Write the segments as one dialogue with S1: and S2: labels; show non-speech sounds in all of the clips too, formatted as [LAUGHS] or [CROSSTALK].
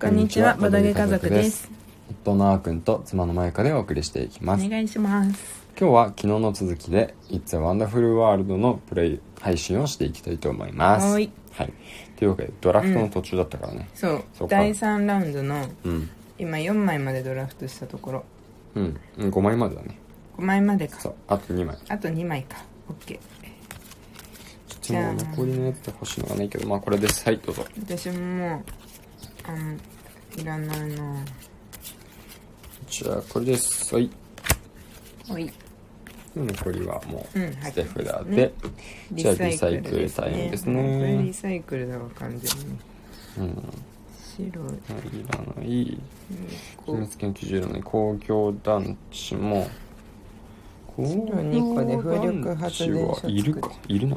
S1: こんにちはボドゲ家族です。
S2: 夫のあーくんと妻のまゆかでお送りしていき
S1: お
S2: ます。今
S1: 願いします
S2: 日は昨日の続きで It's a Wonderful World のプレイ配信をしていきたいと思います。
S1: はーい。
S2: はい。というわけでドラフトの途中だったからね。
S1: そう
S2: そうか
S1: 第3ラウンドの
S2: うん。
S1: 今4枚までドラフトしたところ
S2: うん。うん、5枚までだね。
S1: 5枚までか
S2: そう。あと2枚。
S1: あと2枚か OK
S2: ちょっともう残りのやつ欲しいのがないけど、まあこれです。はい、どうぞ。
S1: 私ももうあのいらないな
S2: じゃあこれです。はい。
S1: おい
S2: 残りはもう
S1: うんは
S2: 捨て
S1: い
S2: 札で。じゃあリサイクルタイムですね。
S1: これリサイクルだわ完全に
S2: うん。
S1: 白い
S2: いらない。秘
S1: こう
S2: 密研究所のね工業団地も工
S1: 2個で風力発電所
S2: は
S1: 作る
S2: いるかいるな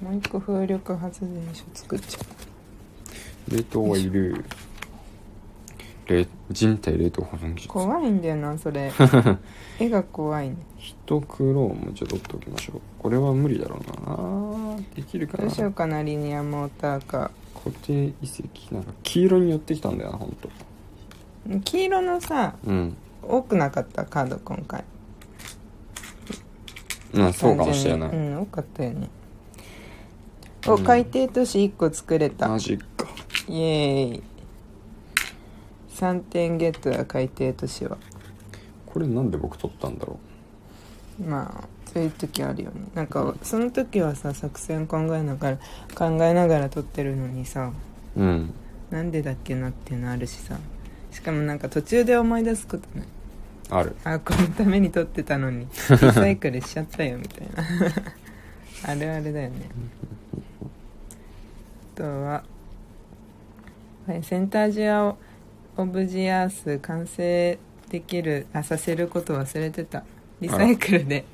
S1: もう一個風力発電所作っちゃ
S2: 冷凍はいる冷人体冷凍保存技
S1: う
S2: 術
S1: 怖いんだよな
S2: [LAUGHS]
S1: それ絵が怖いね
S2: ヒトクローンもちょっと取っておきましょうこれは無理だろうなできるか
S1: ど
S2: な
S1: うしようかなリニアモーターか
S2: 固定遺跡なんか黄色に寄ってきたんだよな本当。
S1: 黄色のさ
S2: うん
S1: 多くなかったカード今回
S2: うんそうかもしれない、
S1: 単純にうん多かったよね
S2: う
S1: お
S2: ん
S1: 海底都市1個作れた、
S2: マ
S1: イ
S2: ジか
S1: エーイ3点ゲットだ海底都市は
S2: これなんで僕取ったんだろ
S1: まあそういう時あるよねなんかその時はさ作戦考えながら考えながら撮ってるのにさ
S2: ううん
S1: なんでだっけなっていうのあるしさしかもなんか途中で思い出すことない
S2: ある
S1: あこのために撮ってたのにリサイクルしちゃったよみたいなあるあるだよねあとははいセンタージアをオブジアース完成できるあさせること忘れてたリサイクルで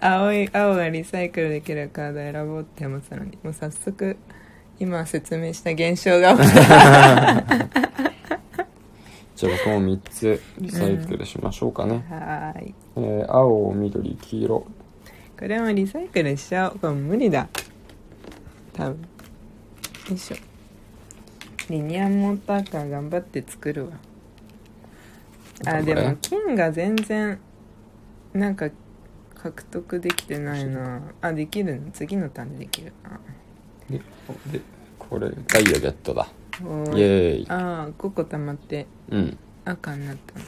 S1: 青い青がリサイクルできるカード選ぼうって思ってたのにもう早速今説明した現象が起きた
S2: じゃあ僕も3つリサイクルしましょうかね、
S1: はーい
S2: えー青緑黄色
S1: これもリサイクルしちゃおうこれ無理だ多分よいしょリニアモーターカー頑張って作るわあ
S2: 頑
S1: で
S2: 張れ
S1: も金が全然なんか獲得できてないなあできるの次のターンでできるな
S2: ででこれダイヤゲットだ
S1: お
S2: イエ
S1: ー
S2: ー
S1: い
S2: イ
S1: ああ5個溜まって
S2: うん
S1: 赤になったの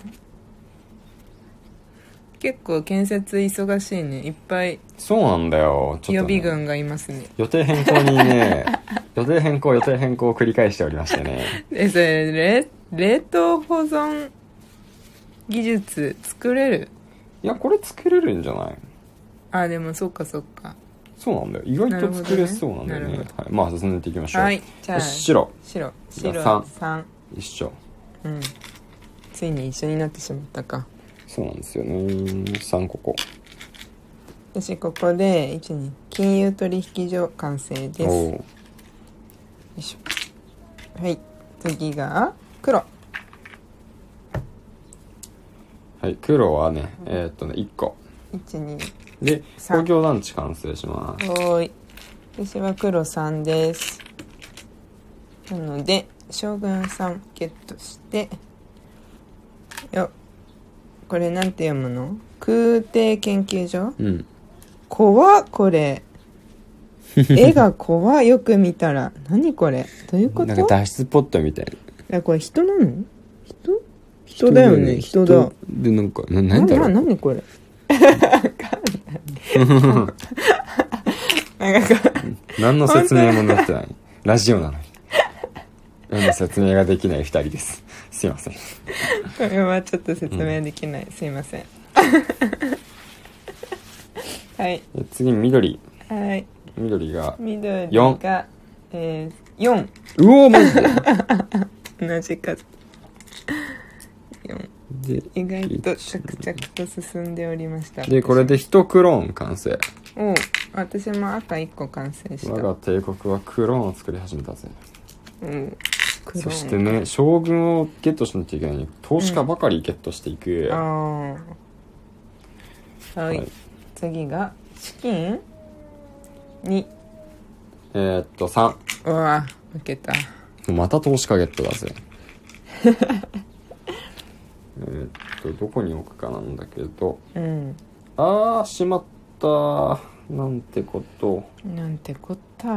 S1: 結構建設忙しいねいっぱい
S2: そうなんだよち
S1: 予
S2: ょっとね、
S1: 備軍がいますね
S2: 予定変更にね [LAUGHS] 予定変更予定変更を繰り返しておりましてね
S1: えそれ冷冷凍保存技術作れる
S2: いやこれ作れるんじゃない
S1: あでもそっかそっか
S2: そうなんだよ意外と作れそうなんだよね
S1: なるほ
S2: はい、まあ進んでいきましょう、
S1: はいじゃあ白
S2: 白
S1: 白
S2: じゃあ
S1: 3
S2: 一緒
S1: うんついに一緒になってしまったか
S2: そうなんですよね3ここ
S1: 私ここで1に金融取引所完成ですよ
S2: おう
S1: いしょはい次が黒
S2: はい黒はねえーっとね1個
S1: 12
S2: で
S1: 三
S2: 工業団地完成します
S1: はーい私は黒3ですなので将軍さんゲットしてよこれなんて読むの空挺研究所
S2: うん
S1: 怖っ
S2: [LAUGHS]
S1: これ絵が怖いよく見たら何これどういうこ
S2: なんか
S1: と
S2: 脱出ポットみたいな
S1: えこれ人なの人人だよね人だ
S2: でなんかななん
S1: 何
S2: だろう
S1: 何こ
S2: [LAUGHS]
S1: れ [LAUGHS] わかんないなんか
S2: 何の説明もなってないラジオなのに何の説明ができない2人です [LAUGHS] すいません
S1: [LAUGHS] これはちょっと説明できない、すいません [LAUGHS] はい
S2: で次緑
S1: はい
S2: 緑が
S1: 緑
S2: 四
S1: が、えー、
S2: うおマジで
S1: 4同じ数4
S2: で
S1: 意外と着々と進んでおりました
S2: でこれで1クローン完成
S1: おう私も赤1個完成した
S2: 我が帝国はクローンを作り始めたぜ
S1: うん黒
S2: そしてね将軍をゲットしなきゃいけないのに投資家ばかりゲットしていく、
S1: あーはい、
S2: はい
S1: 次が資金に
S2: えー、っと3
S1: うわ負けた
S2: [LAUGHS] また投資家ゲットだぜえーっとどこに置くかなんだけど
S1: うん
S2: あーしまったなんてこと
S1: なんてこった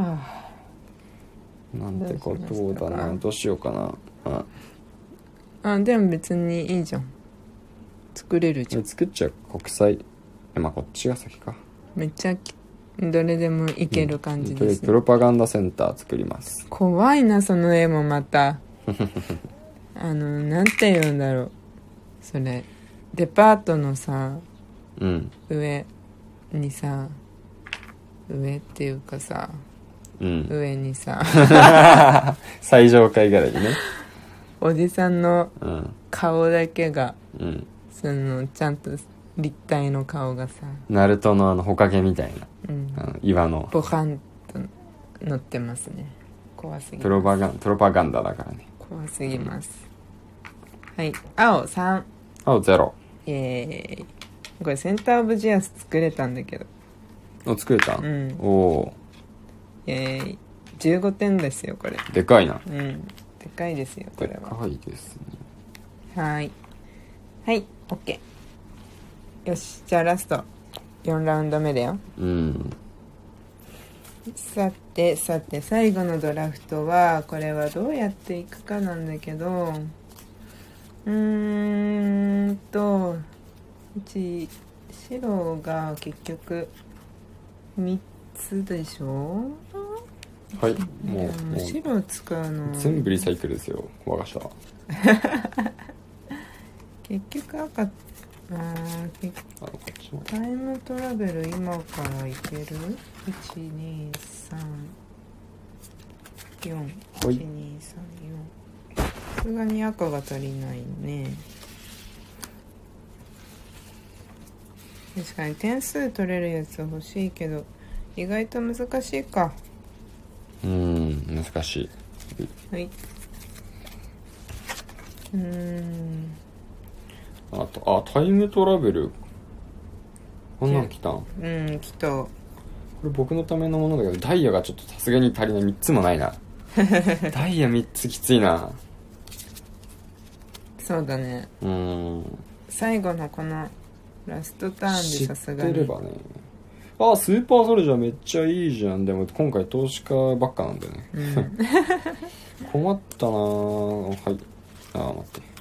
S2: なんてこ
S1: ど
S2: と
S1: う
S2: だ
S1: しました
S2: な
S1: か
S2: どうしようかなあ
S1: あでも別にいいじゃん作れるじゃん
S2: 作っちゃう国際えまあこっちが先か
S1: めっちゃきどれでもいける感じ
S2: とりあ
S1: で
S2: えず
S1: す、
S2: プロパガンダセンター作ります
S1: 怖いなその絵もま
S2: [LAUGHS]
S1: たあのなんて言うんだろうそれデパートのさ
S2: うん
S1: 上にさ上っていうかさ
S2: うん
S1: 上
S2: [LAUGHS]
S1: にさ
S2: 最上階ぐらいにね
S1: おじさんの
S2: うん
S1: 顔だけが
S2: うん
S1: そのちゃんと立体の顔がさ、
S2: ナルトのあのほかげみたいな
S1: うん、
S2: あの岩の
S1: ボカンと乗ってますね怖すぎ
S2: プロパガンプロパガンダだからね
S1: 怖すぎますはい青3
S2: 青ゼロ
S1: イエーイこれセンターオブジアス作れたんだけど
S2: お作れた、
S1: うん
S2: おお
S1: イエーイ15点ですよこれ
S2: ーでかいな
S1: うんでかいですよこ
S2: で
S1: れは
S2: かいですね
S1: はいはい OK よしじゃあラスト4ラウンド目だよ
S2: うん
S1: さてさて最後のドラフトはこれはどうやっていくかなんだけどうーんとうち白が結局3つでしょ
S2: はいもうも
S1: もう
S2: う
S1: 白を使うの
S2: 全部リサイクルですよ我が社は
S1: 結局赤あー結
S2: あのこっちも
S1: タイムトラベル今からいける1 2 3 4
S2: ほい
S1: 1 2 3 4さすがに赤が足りないね確かに点数取れるやつ欲しいけど意外と難しいか
S2: うん難しい
S1: はいうーん
S2: あとあタイムトラベルこんなの来たんこ
S1: うんきっと
S2: れ僕のためのものだけどダイヤがちょっとさすがに足りない3つもない
S1: [LAUGHS]
S2: なダイヤ3つきついな
S1: そうだね
S2: うん
S1: 最後のこのラストターン
S2: 知
S1: で
S2: っ
S1: さすが
S2: て
S1: に
S2: ればねあスーパーソルジャーめっちゃいいじゃんでも今回投資家ばっかなんだよね
S1: うん
S2: 困ったなあはいあー待って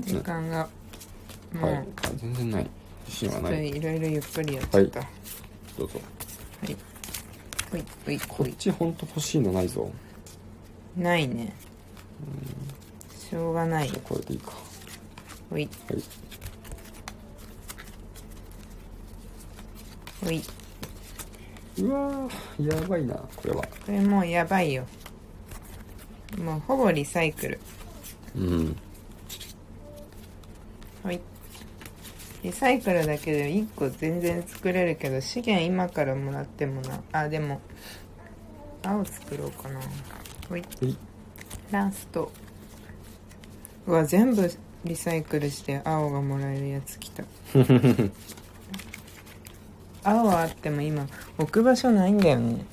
S1: 時
S2: ん
S1: 間がも
S2: は
S1: う、
S2: いあ全然ない自信は
S1: ちょっ
S2: な
S1: と
S2: い
S1: いろいろゆっくりやっちゃった、はい、
S2: どうぞ
S1: ほいほい
S2: こ
S1: ほ
S2: っ
S1: い
S2: ちほんと欲しいのないぞ
S1: ないねしょうがない
S2: じゃあこれでいいか
S1: ほい
S2: はい
S1: ほいう
S2: わーやばいなこれは
S1: これもうやばいよもうほぼリサイクル
S2: うん
S1: ほいリサイクルだけで1個全然作れるけど資源今からもらってもなあでも青作ろうかなほい
S2: ほい
S1: ラストうわ全部リサイクルして青がもらえるやつきた青はあっても今置く場所ないんだよね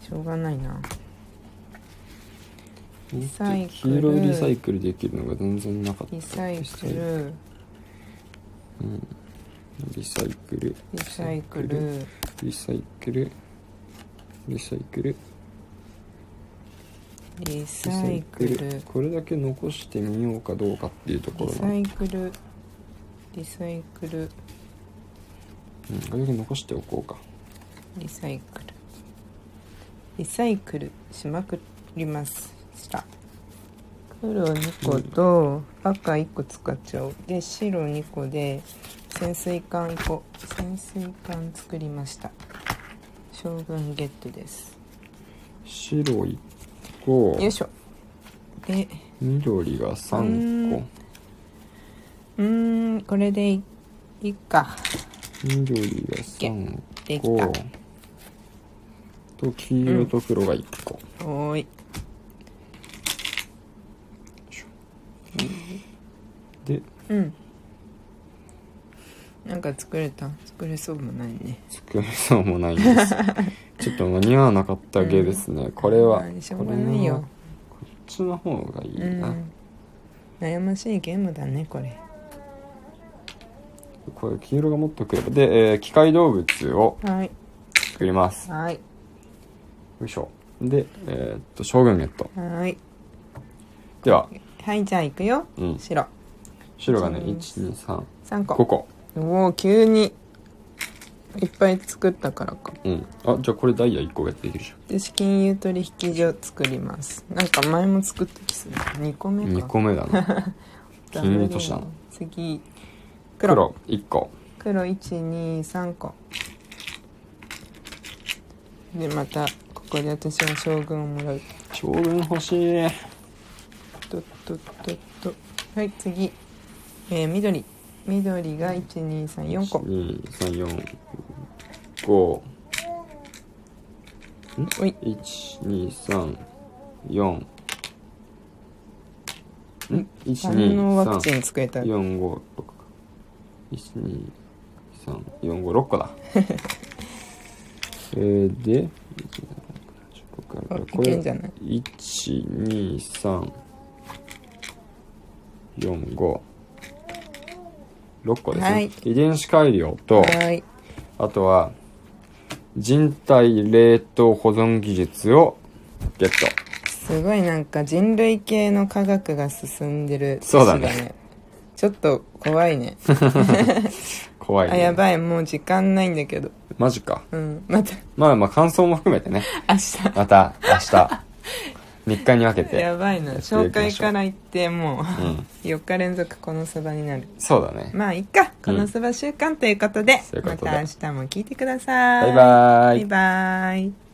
S1: しょうがないなリサイクル
S2: 黄色いリサイクルできるのが全然なかった
S1: リサイクル
S2: リサイクル
S1: リサイクル
S2: リサイクルリサイクル
S1: リ
S2: リ
S1: サイクル
S2: これだけ残してみようかどうかっていうとこ
S1: リ
S2: ろ
S1: サ
S2: な
S1: イクルリサイクル
S2: うん、これだけ残しておこうか
S1: リサイクルリサイクルしまくりました黒2個と赤1個使っちゃおうで白2個で潜水艦1個潜水艦作りました将軍ゲットです
S2: 白1個
S1: よいしょで
S2: 緑が3
S1: う
S2: 個
S1: んうーんこれでいいっか
S2: 緑が3
S1: でき
S2: 個
S1: た
S2: と黄色と黒が1個、
S1: おーい
S2: で
S1: うんなんか作れた作れそうもないね
S2: 作れそうもないん
S1: [LAUGHS]
S2: ですちょっと間に合わなかった芸ですね、これは
S1: うんしょうがないよ
S2: こちの方がいいうな、
S1: ん悩ましいゲームだねこれ
S2: これ黄色がもっとくればで、えー機械動物を
S1: はい
S2: 作りますよ
S1: はい
S2: いしょで、えーっと将軍ゲット
S1: はい
S2: では、
S1: はいじゃあいくよ
S2: うん、
S1: 白
S2: 白がね
S1: うん
S2: 123
S1: 3
S2: 5
S1: 個
S2: 個
S1: おお急にいっぱい作ったからか
S2: うんあじゃあこれダイヤ1個ができるじ
S1: で資金融取引所作りますなんか前も作った気する2個
S2: ゃ
S1: 目
S2: ん2
S1: か
S2: 個目だな
S1: ダ
S2: 金
S1: ブ
S2: 融
S1: ル
S2: 都市だな
S1: 次 [LAUGHS] 黒
S2: 黒1個
S1: 黒123個でまたここで私は将軍をもらう
S2: 将軍欲しい
S1: とっとっとっとはい次、えー、緑緑が1234個
S2: 12345
S1: おい
S2: 一二三四。ん一
S1: 万能ワク
S2: 二
S1: チン作れた
S2: 三四五六。一二三四五六個
S1: [LAUGHS]
S2: だ。えー、で、
S1: あい
S2: こ
S1: け
S2: れ
S1: んじゃない
S2: 一二三四五六個ですね、
S1: はい
S2: 遺伝子改良と、
S1: はい
S2: あとは、人体冷凍保存技術をゲット。
S1: すごいなんか人類系の科学が進んでる
S2: そうだね
S1: 年ちょっと怖いね
S2: 怖い、
S1: あ
S2: ね。
S1: やばいもう時間ないんだけど
S2: マジか。
S1: うんまた
S2: まあまあ感想も含めて
S1: [LAUGHS]
S2: ね。
S1: 明日
S2: また明日、3日に分けて。
S1: やばいな
S2: やっていきましょう
S1: 紹介から行っても
S2: う。
S1: うん4日連続このそばになる
S2: そうだね。
S1: まあいいかこのそば週間ということで,、
S2: そういうこ
S1: ま
S2: とで
S1: た明日も聞いてくださ
S2: バ
S1: い
S2: イバーイ。
S1: バイバイ